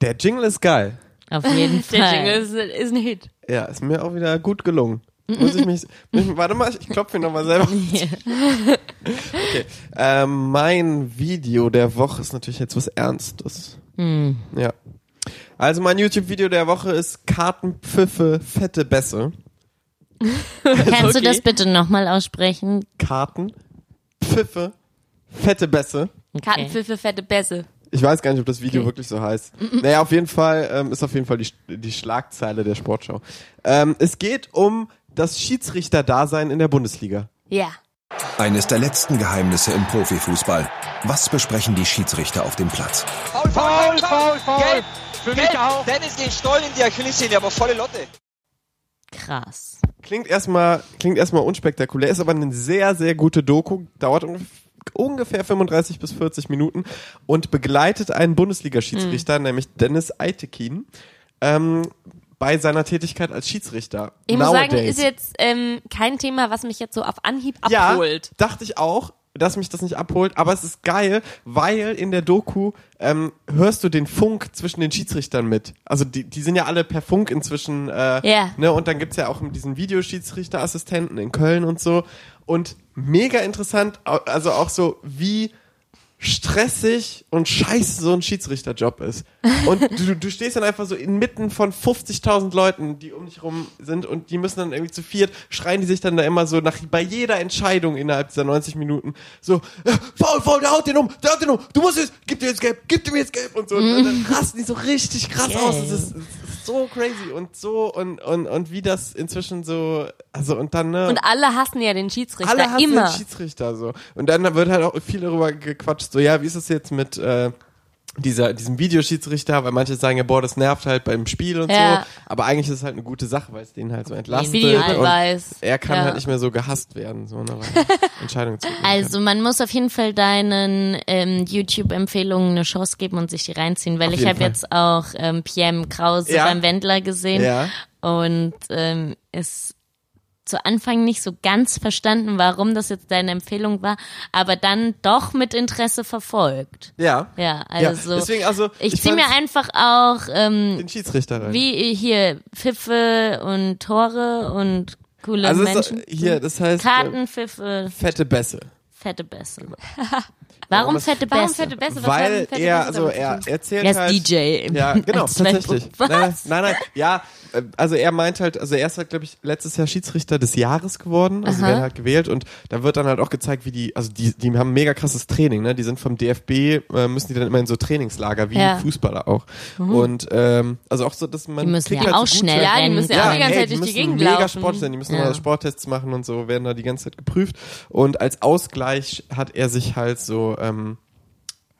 Speaker 3: der Jingle ist geil.
Speaker 4: Auf jeden Fall.
Speaker 5: Der Jingle ist, ist ein Hit.
Speaker 3: Ja, ist mir auch wieder gut gelungen. Muss ich mich, mich warte mal, ich klopfe ihn nochmal selber. Okay. Ähm, mein Video der Woche ist natürlich jetzt was Ernstes. Ja. Also mein YouTube-Video der Woche ist Kartenpfiffe, fette Bässe.
Speaker 4: Kannst
Speaker 5: Okay.
Speaker 4: du das bitte nochmal aussprechen?
Speaker 3: Kartenpfiffe, fette Bässe.
Speaker 5: Kartenpfiff für fette Bässe.
Speaker 3: Ich weiß gar nicht, ob das Video
Speaker 5: Okay.
Speaker 3: wirklich so heißt. Naja, auf jeden Fall ähm, ist auf jeden Fall die, die Schlagzeile der Sportschau. Ähm, es geht um das Schiedsrichterdasein in der Bundesliga.
Speaker 5: Ja.
Speaker 6: Eines der letzten Geheimnisse im Profifußball. Was besprechen die Schiedsrichter auf dem Platz?
Speaker 2: Foul, Foul, Foul, Foul.
Speaker 7: Gelb.
Speaker 2: Für
Speaker 7: mich auch.
Speaker 2: Dennis gegen Stoll in die Achillessehne, aber volle Lotte.
Speaker 4: Krass.
Speaker 3: Klingt erstmal, klingt erstmal unspektakulär, ist aber eine sehr, sehr gute Doku, dauert ungef- ungefähr 35 bis 40 Minuten
Speaker 5: Mhm.
Speaker 3: und begleitet einen Bundesliga-Schiedsrichter, nämlich Dennis Eitekin, ähm, bei seiner Tätigkeit als Schiedsrichter.
Speaker 5: Ich muss
Speaker 3: Nowadays.
Speaker 5: sagen, ist jetzt ähm, kein Thema, was mich jetzt so auf Anhieb
Speaker 3: ja,
Speaker 5: abholt.
Speaker 3: dachte ich auch, dass mich das nicht abholt, aber es ist geil, weil in der Doku ähm, hörst du den Funk zwischen den Schiedsrichtern mit. Also die, die sind ja alle per Funk inzwischen, äh,
Speaker 5: Ja.
Speaker 3: ne? Und dann gibt's ja auch diesen Videoschiedsrichterassistenten in Köln und so. Und mega interessant, au- also auch so, wie stressig und scheiße so ein Schiedsrichterjob ist. Und du, du stehst dann einfach so inmitten von 50.000 Leuten, die um dich rum sind und die müssen dann irgendwie zu viert, schreien die sich dann da immer so nach, bei jeder Entscheidung innerhalb dieser 90 Minuten so, äh, faul, faul, der haut den um, der haut den um, du musst jetzt, gib dir jetzt gelb, gib dir jetzt gelb und so. Und dann rasten die so richtig krass aus. Es ist, es ist so crazy und so und, und, und wie das inzwischen so, also und dann, ne?
Speaker 5: Und alle hassen ja den Schiedsrichter
Speaker 3: alle hassen
Speaker 5: immer.
Speaker 3: den Schiedsrichter so. Und dann wird halt auch viel darüber gequatscht, so ja, wie ist es jetzt mit äh, dieser, diesem Videoschiedsrichter, weil manche sagen ja, boah, das nervt halt beim Spiel und
Speaker 5: Ja.
Speaker 3: so. Aber eigentlich ist es halt eine gute Sache, weil es den halt so entlastet.
Speaker 5: Videobeweis.
Speaker 3: Und er kann
Speaker 5: Ja.
Speaker 3: halt nicht mehr so gehasst werden, so eine weil er Entscheidung zu
Speaker 4: Also man muss auf jeden Fall deinen ähm, YouTube-Empfehlungen eine Chance geben und sich die reinziehen, weil
Speaker 3: Auf
Speaker 4: ich
Speaker 3: jeden
Speaker 4: habe
Speaker 3: Fall.
Speaker 4: jetzt auch ähm, PM Krause
Speaker 3: Ja.
Speaker 4: beim Wendler gesehen
Speaker 3: Ja.
Speaker 4: und ähm, es zu Anfang nicht so ganz verstanden, warum das jetzt deine Empfehlung war, aber dann doch mit Interesse verfolgt.
Speaker 3: Ja.
Speaker 4: Ja, also
Speaker 3: Deswegen, also
Speaker 4: ich, zieh mir
Speaker 3: fand's-
Speaker 4: einfach auch ähm,
Speaker 3: den Schiedsrichter rein.
Speaker 4: wie hier Pfiffe und Tore und coole
Speaker 3: also es ist,
Speaker 4: Menschen.
Speaker 3: hier, das heißt äh,
Speaker 4: Kartenpfiffe,
Speaker 3: fette Bässe.
Speaker 4: fette Bässe. Warum fette Bässe?
Speaker 5: Warum fette Bässe? Was hat
Speaker 3: weil
Speaker 5: denn fette
Speaker 3: er,
Speaker 5: Bässe
Speaker 3: also
Speaker 5: damit zu
Speaker 3: er
Speaker 5: tun?
Speaker 3: erzählt
Speaker 4: Er ist
Speaker 3: halt,
Speaker 4: DJ im-
Speaker 3: Ja, genau,
Speaker 4: als Mensch.
Speaker 3: tatsächlich.
Speaker 4: Was?
Speaker 3: Nein, nein, nein, ja, äh, also er meint halt, also er ist halt, glaube ich, letztes Jahr Schiedsrichter des Jahres geworden, also werden halt gewählt und da wird dann halt auch gezeigt, wie die, also die, die haben mega krasses Training, ne, die sind vom DFB, äh, müssen die dann immer in so Trainingslager, wie
Speaker 5: Ja. Mhm.
Speaker 3: Fußballer auch. Und, ähm, also auch so, dass man
Speaker 4: Die müssen
Speaker 3: kriegt
Speaker 4: ja
Speaker 3: halt
Speaker 4: auch
Speaker 3: so gute-
Speaker 4: schnell
Speaker 5: Ja, die
Speaker 4: rennen.
Speaker 5: müssen ja
Speaker 4: können.
Speaker 5: auch die ganze
Speaker 3: ey,
Speaker 5: Zeit durch die
Speaker 3: müssen
Speaker 5: Gegend
Speaker 3: mega
Speaker 5: laufen.
Speaker 3: Sport sein, die müssen
Speaker 4: Ja.
Speaker 3: mal Sporttests machen und so, werden da die ganze Zeit geprüft. Und als Ausgleich hat er sich halt so, ähm,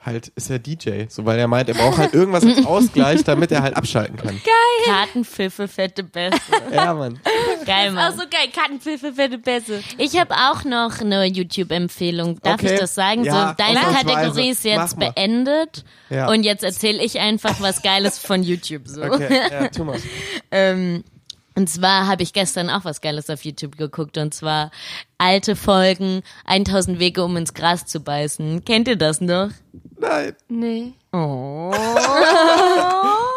Speaker 3: halt, ist er DJ, so weil er meint, er braucht halt irgendwas als Ausgleich, damit er halt abschalten kann.
Speaker 4: Kartenpfiffe, fette Bässe.
Speaker 3: Ja, Mann.
Speaker 4: Geil,
Speaker 5: Ach
Speaker 3: also
Speaker 4: Mann.
Speaker 5: so geil, Kartenpfiffe, fette Bässe.
Speaker 4: Ich habe auch noch eine YouTube-Empfehlung. Darf
Speaker 3: Okay.
Speaker 4: ich das sagen?
Speaker 3: Ja,
Speaker 4: so, deine
Speaker 3: ausnahmsweise.
Speaker 4: Kategorie ist jetzt
Speaker 3: Mach mal.
Speaker 4: beendet.
Speaker 3: Ja.
Speaker 4: Und jetzt erzähle ich einfach was Geiles von YouTube. So.
Speaker 3: Okay, ja, Thomas.
Speaker 4: Ähm, und zwar habe ich gestern auch was Geiles auf YouTube geguckt und zwar alte Folgen, 1000 Wege, um ins Gras zu beißen. Kennt ihr das noch?
Speaker 3: Nein,
Speaker 5: Nee.
Speaker 3: Oh.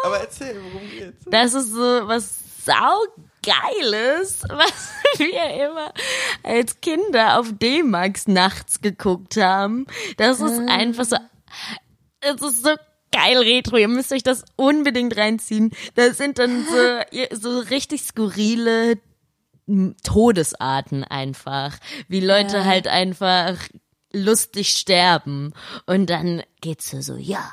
Speaker 3: aber erzähl, worum geht's?
Speaker 4: Das ist so was saugeiles, was wir immer als Kinder auf D-Max nachts geguckt haben. Das ist einfach so, das ist so geil Retro. Ihr müsst euch das unbedingt reinziehen. Da sind dann so, so richtig skurrile Todesarten einfach, wie Leute halt einfach lustig sterben und dann geht's so so ja,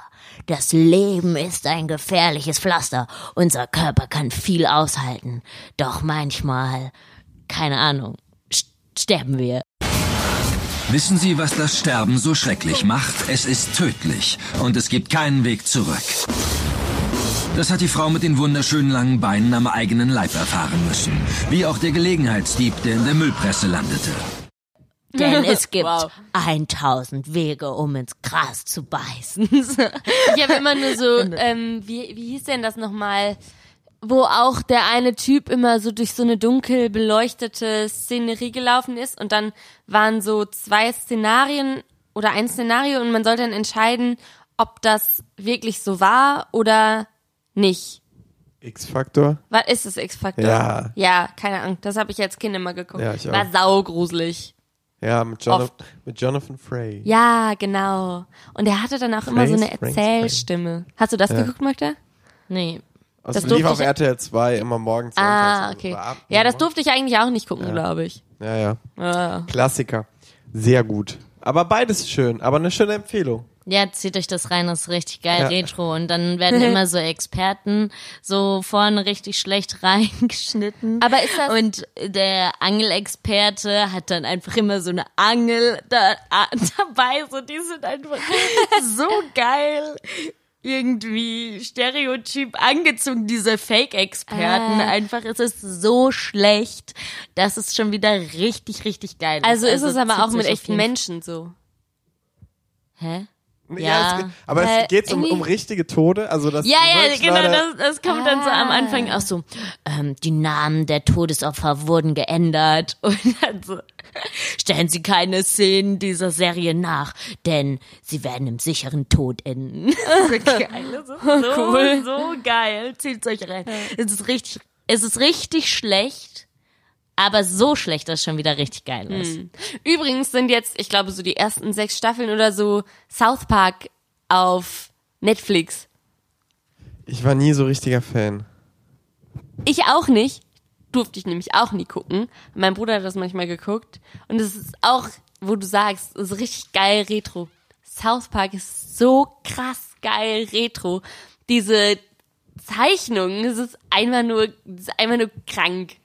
Speaker 4: das Leben ist ein gefährliches Pflaster. Unser Körper kann viel aushalten, doch manchmal keine Ahnung, st- sterben wir.
Speaker 7: Wissen Sie, was das Sterben so schrecklich macht? Es ist tödlich und es gibt keinen Weg zurück. Das hat die Frau mit den wunderschönen langen Beinen am eigenen Leib erfahren müssen. Wie auch der Gelegenheitsdieb, der in der Müllpresse landete.
Speaker 4: Denn es gibt
Speaker 5: Wow.
Speaker 4: 1000 Wege, um ins Gras zu beißen.
Speaker 5: Ich habe immer nur so, ähm, wie, wie hieß denn das nochmal? Wo auch der eine Typ immer so durch so eine dunkel beleuchtete Szenerie gelaufen ist und dann waren so zwei Szenarien oder ein Szenario und man sollte dann entscheiden, ob das wirklich so war oder nicht.
Speaker 3: X-Faktor?
Speaker 5: Was ist das X-Faktor?
Speaker 3: Ja.
Speaker 5: Ja, keine Ahnung. Das habe ich als Kind immer geguckt.
Speaker 3: Ja, ich auch.
Speaker 5: War saugruselig.
Speaker 3: Ja, mit, Jonathan, mit Jonathan Frey.
Speaker 5: Ja, genau. Und er hatte dann auch immer so eine
Speaker 3: Franks, Franks, Franks.
Speaker 5: Erzählstimme. Hast du das geguckt, Magda?
Speaker 4: Nee,
Speaker 3: Also
Speaker 5: das
Speaker 3: lief
Speaker 5: durfte
Speaker 3: auf
Speaker 5: ich-
Speaker 3: RTL 2 immer morgens.
Speaker 5: Ah,
Speaker 3: sonntags,
Speaker 5: okay.
Speaker 3: oder abends.
Speaker 5: Ja, das Ah. durfte ich eigentlich auch nicht gucken, glaube ich.
Speaker 3: Ja, ja.
Speaker 5: Ja.
Speaker 3: Klassiker. Sehr gut. Aber beides schön, aber eine schöne Empfehlung.
Speaker 4: Ja, zieht euch das rein, das ist richtig geil,
Speaker 3: Ja.
Speaker 4: Retro. Und dann werden immer so Experten so vorne richtig schlecht reingeschnitten.
Speaker 5: Aber ist das-
Speaker 4: Und der Angelexperte hat dann einfach immer so eine Angel da, a, dabei. So, die sind einfach so geil. Irgendwie stereotyp angezogen, diese Fake-Experten.
Speaker 5: Ah.
Speaker 4: Einfach, es ist so schlecht, dass es schon wieder richtig, richtig geil ist.
Speaker 5: Also ist es aber
Speaker 4: zieht
Speaker 5: auch mit
Speaker 4: sich auf
Speaker 5: echten
Speaker 4: jeden
Speaker 5: Menschen so.
Speaker 4: Hä?
Speaker 3: Nee,
Speaker 4: Ja.
Speaker 3: es geht- aber
Speaker 5: Weil
Speaker 3: es geht um,
Speaker 5: irgendwie-
Speaker 3: um richtige Tode, also das
Speaker 4: Ja, ja,
Speaker 3: wirklich leider-
Speaker 4: genau, das, das kommt dann so am
Speaker 5: Ah.
Speaker 4: Anfang auch so, ähm, die Namen der Todesopfer wurden geändert und dann so, stellen Sie keine Szenen dieser Serie nach, denn sie werden im sicheren Tod enden. so geil, das ist so, cool. so geil, zieht euch rein. Es ist richtig, es ist richtig schlecht, aber so schlecht, dass es schon wieder richtig geil ist.
Speaker 5: Übrigens sind jetzt, ich glaube, so die ersten sechs Staffeln oder so South Park auf Netflix.
Speaker 3: Ich war nie so richtiger Fan.
Speaker 5: Ich auch nicht. Durfte ich nämlich auch nie gucken. Mein Bruder hat das manchmal geguckt. Und es ist auch, wo du sagst, es ist richtig geil Retro. South Park ist so krass geil Retro. Diese Zeichnungen, es ist einfach nur, es ist einfach nur krank.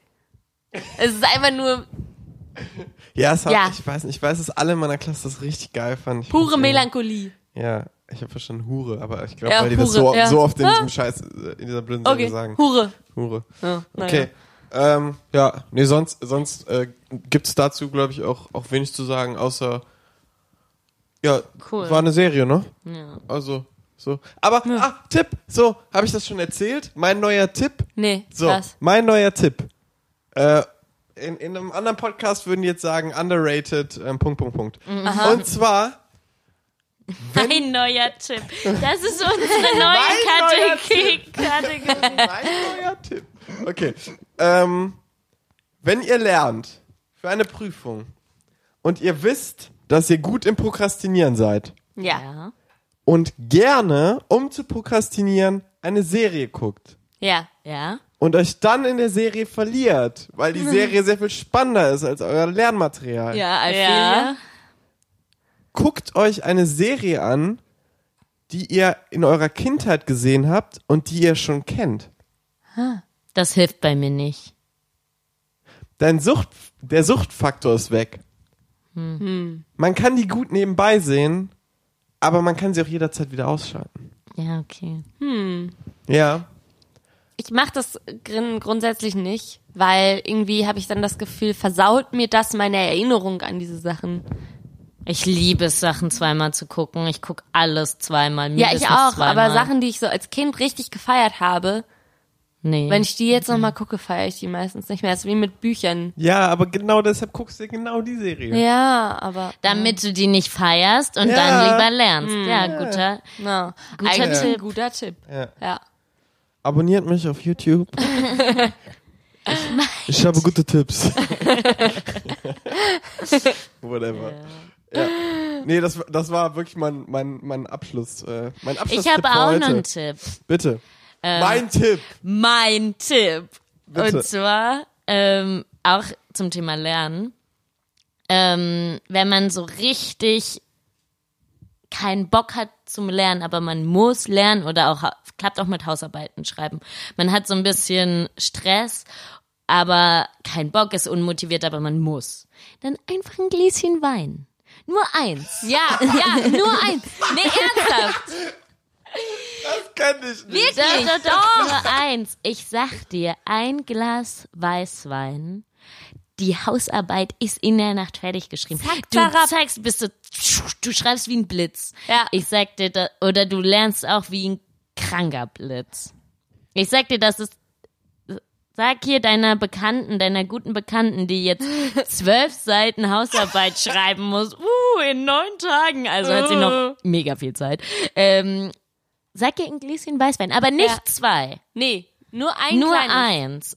Speaker 5: Es ist einfach nur
Speaker 3: Ja, es hat,
Speaker 5: Ja.
Speaker 3: ich weiß nicht, ich weiß, dass alle in meiner Klasse das richtig geil fanden. Ich
Speaker 5: pure
Speaker 3: fand's irgendwie-
Speaker 5: Melancholie.
Speaker 3: Ja, ich habe verstanden Hure, aber ich glaube,
Speaker 5: Ja,
Speaker 3: weil die das
Speaker 5: Hure,
Speaker 3: so,
Speaker 5: ja.
Speaker 3: so oft in
Speaker 5: Ah.
Speaker 3: diesem Scheiß, äh, in dieser blöden Serie
Speaker 5: Okay,
Speaker 3: sagen.
Speaker 5: Hure.
Speaker 3: Hure.
Speaker 5: Ja, naja.
Speaker 3: Okay. Ähm, ja, nee, sonst, sonst äh, gibt's dazu, glaube ich, auch, auch wenig zu sagen, außer ja,
Speaker 4: Cool.
Speaker 3: war eine Serie, ne? Ja. Also, so. Aber, ah, Tipp! So, habe ich das schon erzählt? Mein neuer Tipp.
Speaker 5: Nee,
Speaker 3: So,
Speaker 5: krass.
Speaker 3: mein neuer Tipp. Äh, in, in einem anderen Podcast würden die jetzt sagen, underrated, ähm, Punkt, Punkt, Punkt. Und zwar
Speaker 4: Ein neuer Tipp. Das ist unsere neue Kategorie. Kategorie.
Speaker 3: Mein neuer Tipp. Okay. Ähm, wenn ihr lernt für eine Prüfung und ihr wisst, dass ihr gut im Prokrastinieren seid
Speaker 5: Ja,
Speaker 4: Ja.
Speaker 3: und gerne, um zu prokrastinieren, eine Serie guckt
Speaker 5: ja.
Speaker 4: Ja.
Speaker 3: und euch dann in der Serie verliert, weil die Serie sehr viel spannender ist als euer Lernmaterial,
Speaker 4: Ja,
Speaker 5: I feel ya.
Speaker 3: guckt euch eine Serie an, die ihr in eurer Kindheit gesehen habt und die ihr schon kennt.
Speaker 4: Das hilft bei mir nicht.
Speaker 3: dein Sucht, der Suchtfaktor ist weg. Man kann die gut nebenbei sehen, aber man kann sie auch jederzeit wieder ausschalten.
Speaker 4: Ja, okay.
Speaker 3: Ja.
Speaker 5: Ich mache das grin- grundsätzlich nicht, weil irgendwie habe ich dann das Gefühl, versaut mir das meine Erinnerung an diese Sachen.
Speaker 4: Ich liebe es, Sachen zweimal zu gucken. Ich guck alles zweimal.
Speaker 5: Ja, ich
Speaker 4: mindestens
Speaker 5: auch,
Speaker 4: zweimal.
Speaker 5: aber Sachen, die ich so als Kind richtig gefeiert habe,
Speaker 4: Nee.
Speaker 5: wenn ich die jetzt nochmal gucke, feiere ich die meistens nicht mehr. Das ist wie mit Büchern.
Speaker 3: Ja, aber genau deshalb guckst du dir genau die Serie.
Speaker 5: Ja, aber.
Speaker 4: Damit du die nicht feierst und
Speaker 3: Ja.
Speaker 4: dann lieber lernst. Ja, guter.
Speaker 5: Na,
Speaker 4: Guter
Speaker 5: eigentlich
Speaker 4: Tipp.
Speaker 5: ein guter Tipp.
Speaker 3: Ja.
Speaker 5: Ja.
Speaker 3: Abonniert mich auf YouTube. ich, ich habe gute Tipps. Whatever. Ja. Nee, das, das war wirklich mein, mein, mein Abschluss. Äh, mein Abschluss
Speaker 4: Ich habe
Speaker 3: für
Speaker 4: auch äh,
Speaker 3: heute.
Speaker 4: noch einen Tipp.
Speaker 3: Bitte. mein Tipp.
Speaker 4: Mein Tipp.
Speaker 3: Bitte.
Speaker 4: Und zwar ähm, auch zum Thema Lernen. Ähm, wenn man so richtig keinen Bock hat zum Lernen, aber man muss lernen oder auch klappt auch mit Hausarbeiten schreiben. Man hat so ein bisschen Stress, aber kein Bock ist unmotiviert, aber man muss. Dann einfach ein Gläschen Wein. Nur eins. Ja, ja, nur eins. Nee, ernsthaft.
Speaker 3: Kann ich nicht.
Speaker 4: Wirklich? Doch, doch, doch. Nur eins. Ich sag dir, ein Glas Weißwein. Die Hausarbeit ist in der Nacht fertig geschrieben.
Speaker 5: Zack,
Speaker 4: du
Speaker 5: zarab.
Speaker 4: zeigst, bist du, du schreibst wie ein Blitz.
Speaker 5: Ja.
Speaker 4: Ich sag dir, da, oder du lernst auch wie ein kranker Blitz. Ich sag dir, das ist, sag hier deiner Bekannten, deiner guten Bekannten, die jetzt zwölf Seiten Hausarbeit schreiben muss. Uh, in neun Tagen. Also hat sie
Speaker 5: Oh.
Speaker 4: noch mega viel Zeit. Ähm, sag ihr ein Gläschen Weißwein, aber nicht
Speaker 5: Ja.
Speaker 4: zwei,
Speaker 5: Nee, nur ein
Speaker 4: nur
Speaker 5: kleines.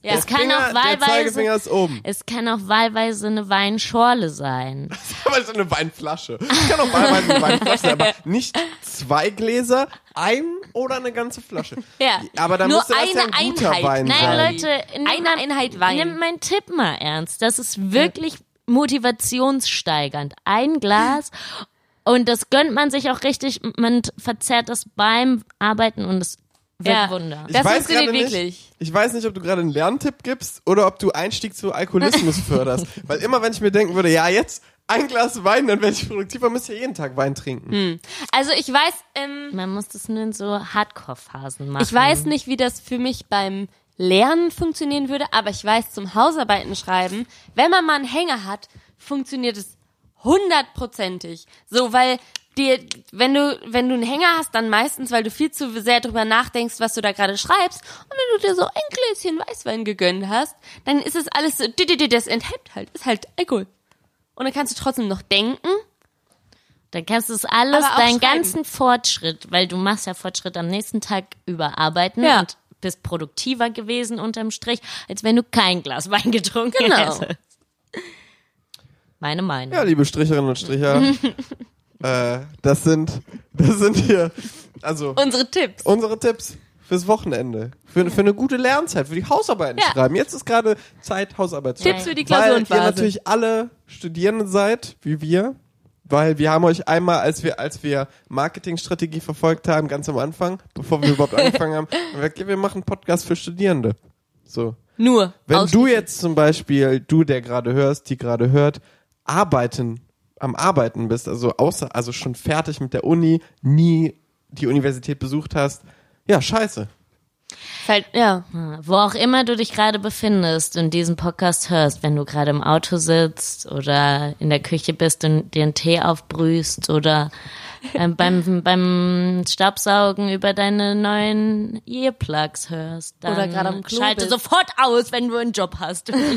Speaker 4: eins.
Speaker 5: Ja.
Speaker 4: Es kann
Speaker 3: Finger,
Speaker 4: auch
Speaker 3: der Zeigefinger
Speaker 4: wahlweise, Äh.
Speaker 3: ist oben.
Speaker 4: es kann auch wahlweise eine Weinschorle sein.
Speaker 3: Aber so eine Weinflasche. Ich kann auch wahlweise eine Weinflasche sein, aber nicht zwei Gläser, ein oder eine ganze Flasche.
Speaker 5: Ja.
Speaker 3: Aber dann
Speaker 5: Nur
Speaker 3: muss ja erst ein
Speaker 5: eine
Speaker 3: guter
Speaker 5: Einheit.
Speaker 3: Wein sein.
Speaker 4: Nein, Leute, nimm
Speaker 5: Eine Einheit Wein.
Speaker 4: Nimm meinen Tipp mal ernst. Das ist wirklich motivationssteigernd. Ein Glas und das gönnt man sich auch richtig. Man verzehrt das beim Arbeiten und es wird
Speaker 5: Ja.
Speaker 4: Wunder.
Speaker 3: Ich
Speaker 5: Das
Speaker 3: weiß
Speaker 5: funktioniert
Speaker 3: gerade nicht,
Speaker 5: wirklich.
Speaker 3: Ich weiß nicht, ob du gerade einen Lerntipp gibst oder ob du Einstieg zu Alkoholismus förderst. Weil immer, wenn ich mir denken würde, ja, jetzt ein Glas Wein, dann werde ich produktiver, müsst ihr jeden Tag Wein trinken.
Speaker 5: Also ich weiß, ähm,
Speaker 4: Man muss das nur in so Hardcore-Phasen machen.
Speaker 5: Ich weiß nicht, wie das für mich beim Lernen funktionieren würde, aber ich weiß zum Hausarbeiten schreiben, wenn man mal einen Hänger hat, funktioniert es hundertprozentig. So, weil dir, wenn du, wenn du einen Hänger hast, dann meistens, weil du viel zu sehr drüber nachdenkst, was du da gerade schreibst. Und wenn du dir so ein Gläschen Weißwein gegönnt hast, dann ist es alles so, di- di- di- das enthemmt halt, ist halt Alkohol. Und dann kannst du trotzdem noch denken.
Speaker 4: Dann kannst du es alles,
Speaker 5: Aber auch schreiben.
Speaker 4: deinen ganzen Fortschritt, weil du machst ja Fortschritt am nächsten Tag überarbeiten
Speaker 5: Ja.
Speaker 4: und bist produktiver gewesen unterm Strich, als wenn du kein Glas Wein getrunken
Speaker 5: Genau.
Speaker 4: hättest. Meine Meinung.
Speaker 3: Ja, liebe Stricherinnen und Stricher, äh, das sind, das sind hier, also
Speaker 5: Unsere Tipps.
Speaker 3: unsere Tipps fürs Wochenende, für, für eine gute Lernzeit, für die Hausarbeiten
Speaker 5: Ja.
Speaker 3: schreiben. Jetzt ist gerade Zeit, Hausarbeit zu
Speaker 5: Tipps
Speaker 3: schreiben.
Speaker 5: für die
Speaker 3: Weil ihr
Speaker 5: Klausurenphase.
Speaker 3: natürlich alle Studierende seid, wie wir, weil wir haben euch einmal, als wir, als wir Marketingstrategie verfolgt haben, ganz am Anfang, bevor wir überhaupt angefangen haben, haben wir gesagt, ja, wir machen einen Podcast für Studierende. So.
Speaker 5: Nur.
Speaker 3: Wenn
Speaker 5: Aus-
Speaker 3: du jetzt zum Beispiel, du, der gerade hörst, die gerade hört, arbeiten, am Arbeiten bist, also außer, also schon fertig mit der Uni, nie die Universität besucht hast, ja, scheiße.
Speaker 5: Ist halt, ja.
Speaker 4: Wo auch immer du dich gerade befindest und diesen Podcast hörst, wenn du gerade im Auto sitzt oder in der Küche bist und dir einen Tee aufbrühst oder ähm, beim, beim Staubsaugen über deine neuen Earplugs hörst, dann
Speaker 5: Oder gerade am Klo
Speaker 4: schalte
Speaker 5: bist.
Speaker 4: sofort aus, wenn du einen Job hast.
Speaker 5: genau.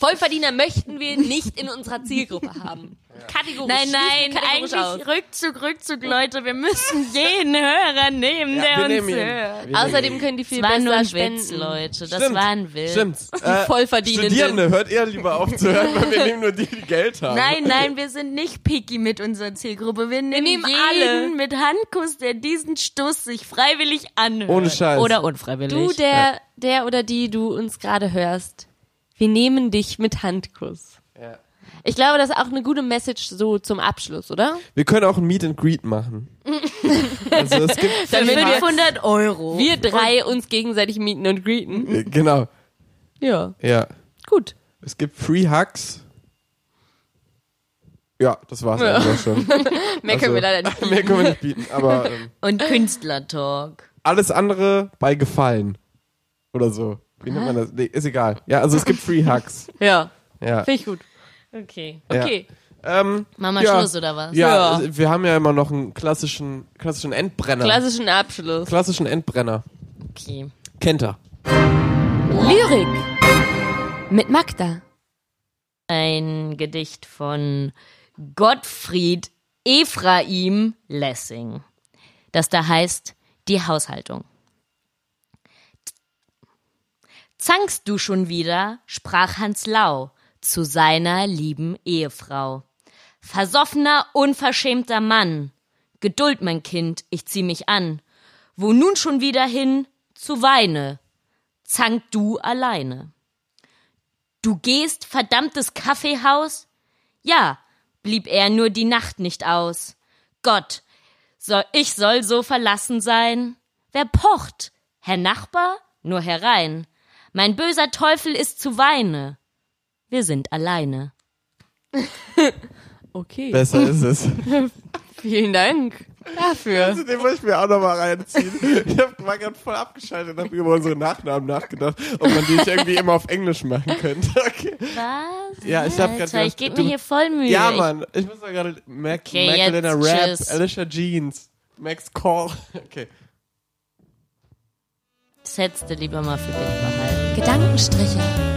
Speaker 5: Vollverdiener möchten wir nicht in unserer Zielgruppe haben. Kategorisch.
Speaker 4: Nein,
Speaker 5: schließen
Speaker 4: nein,
Speaker 5: kategorisch
Speaker 4: eigentlich
Speaker 5: aus.
Speaker 4: Rückzug, Rückzug, Leute. Wir müssen jeden Hörer nehmen, der uns hört.
Speaker 5: Außerdem können die viel
Speaker 4: Das war
Speaker 5: besser
Speaker 4: nur ein
Speaker 5: spenden.
Speaker 4: Witz, Leute. Das war ein Witz.
Speaker 3: Stimmt. Äh,
Speaker 5: Vollverdienenden.
Speaker 3: Studierende, hört ihr lieber auf zu hören, weil wir nehmen nur die, die Geld haben.
Speaker 4: Nein, nein, wir sind nicht picky mit unserer Zielgruppe. Wir nehmen,
Speaker 5: nehmen
Speaker 4: jeden
Speaker 5: alle.
Speaker 4: mit Handkuss, der diesen Stuss sich freiwillig anhört.
Speaker 3: Ohne Scheiß.
Speaker 4: Oder unfreiwillig.
Speaker 5: Du, der, der oder die du uns gerade hörst, wir nehmen dich mit Handkuss.
Speaker 3: Ja.
Speaker 5: Ich glaube, das ist auch eine gute Message so zum Abschluss, oder?
Speaker 3: Wir können auch ein Meet and Greet machen. also es gibt,
Speaker 4: Für
Speaker 5: Damit wir,
Speaker 4: 500 Euro.
Speaker 5: wir drei uns gegenseitig mieten und greeten.
Speaker 3: äh, genau,
Speaker 5: Ja,
Speaker 3: ja.
Speaker 5: gut.
Speaker 3: Es gibt Free Hugs. Ja, das war's eigentlich auch schon.
Speaker 5: Also Mehr können wir leider nicht.
Speaker 3: Also, Mehr können wir nicht bieten, aber ähm,
Speaker 4: Und Künstlertalk.
Speaker 3: alles andere bei Gefallen. Oder so. Wie nennt man das? Nee, ist egal. Ja, also es gibt Free Hugs.
Speaker 5: Ja,
Speaker 3: Ja.
Speaker 5: finde ich gut.
Speaker 4: Okay.
Speaker 3: ja.
Speaker 5: Okay.
Speaker 3: Ähm,
Speaker 4: Mama
Speaker 3: ja.
Speaker 4: Schluss oder was?
Speaker 3: Ja,
Speaker 5: Ja.
Speaker 3: also wir haben ja immer noch einen klassischen, klassischen Endbrenner.
Speaker 5: Klassischen Abschluss.
Speaker 3: klassischen Endbrenner.
Speaker 4: Okay.
Speaker 3: Kennt er.
Speaker 5: Lyrik. Mit Magda.
Speaker 4: Ein Gedicht von Gottfried Ephraim Lessing, das da heißt Die Haushaltung. Zankst du schon wieder, sprach Hans Lau zu seiner lieben Ehefrau. Versoffener, unverschämter Mann. Geduld, mein Kind, ich zieh mich an. Wo nun schon wieder hin? Zu Weine. Zank du alleine. Du gehst, verdammtes Kaffeehaus? Ja, blieb er nur die Nacht nicht aus. Gott, soll ich soll so verlassen sein? Wer pocht? Herr Nachbar? Nur herein. Mein böser Teufel ist zu Weine. Wir sind alleine.
Speaker 5: Okay.
Speaker 3: Besser ist es.
Speaker 5: Vielen Dank dafür.
Speaker 3: Den muss ich mir auch nochmal reinziehen. Ich hab, war gerade voll abgeschaltet und habe über unsere Nachnamen nachgedacht, ob man die nicht irgendwie immer auf Englisch machen könnte. Okay.
Speaker 4: Was?
Speaker 3: Ja, ich hab grad
Speaker 4: Alter, ich
Speaker 3: gedacht,
Speaker 4: gebe
Speaker 3: du-
Speaker 4: mir hier voll Mühe.
Speaker 3: Ja,
Speaker 4: Ich-
Speaker 3: Mann. Ich muss da gerade Mac,
Speaker 4: Okay,
Speaker 3: Magdalena
Speaker 4: jetzt
Speaker 3: Rap,
Speaker 4: tschüss.
Speaker 3: Alicia Jeans, Max Call. Okay.
Speaker 4: Das hättest du lieber mal für dich behalten.
Speaker 5: Gedankenstriche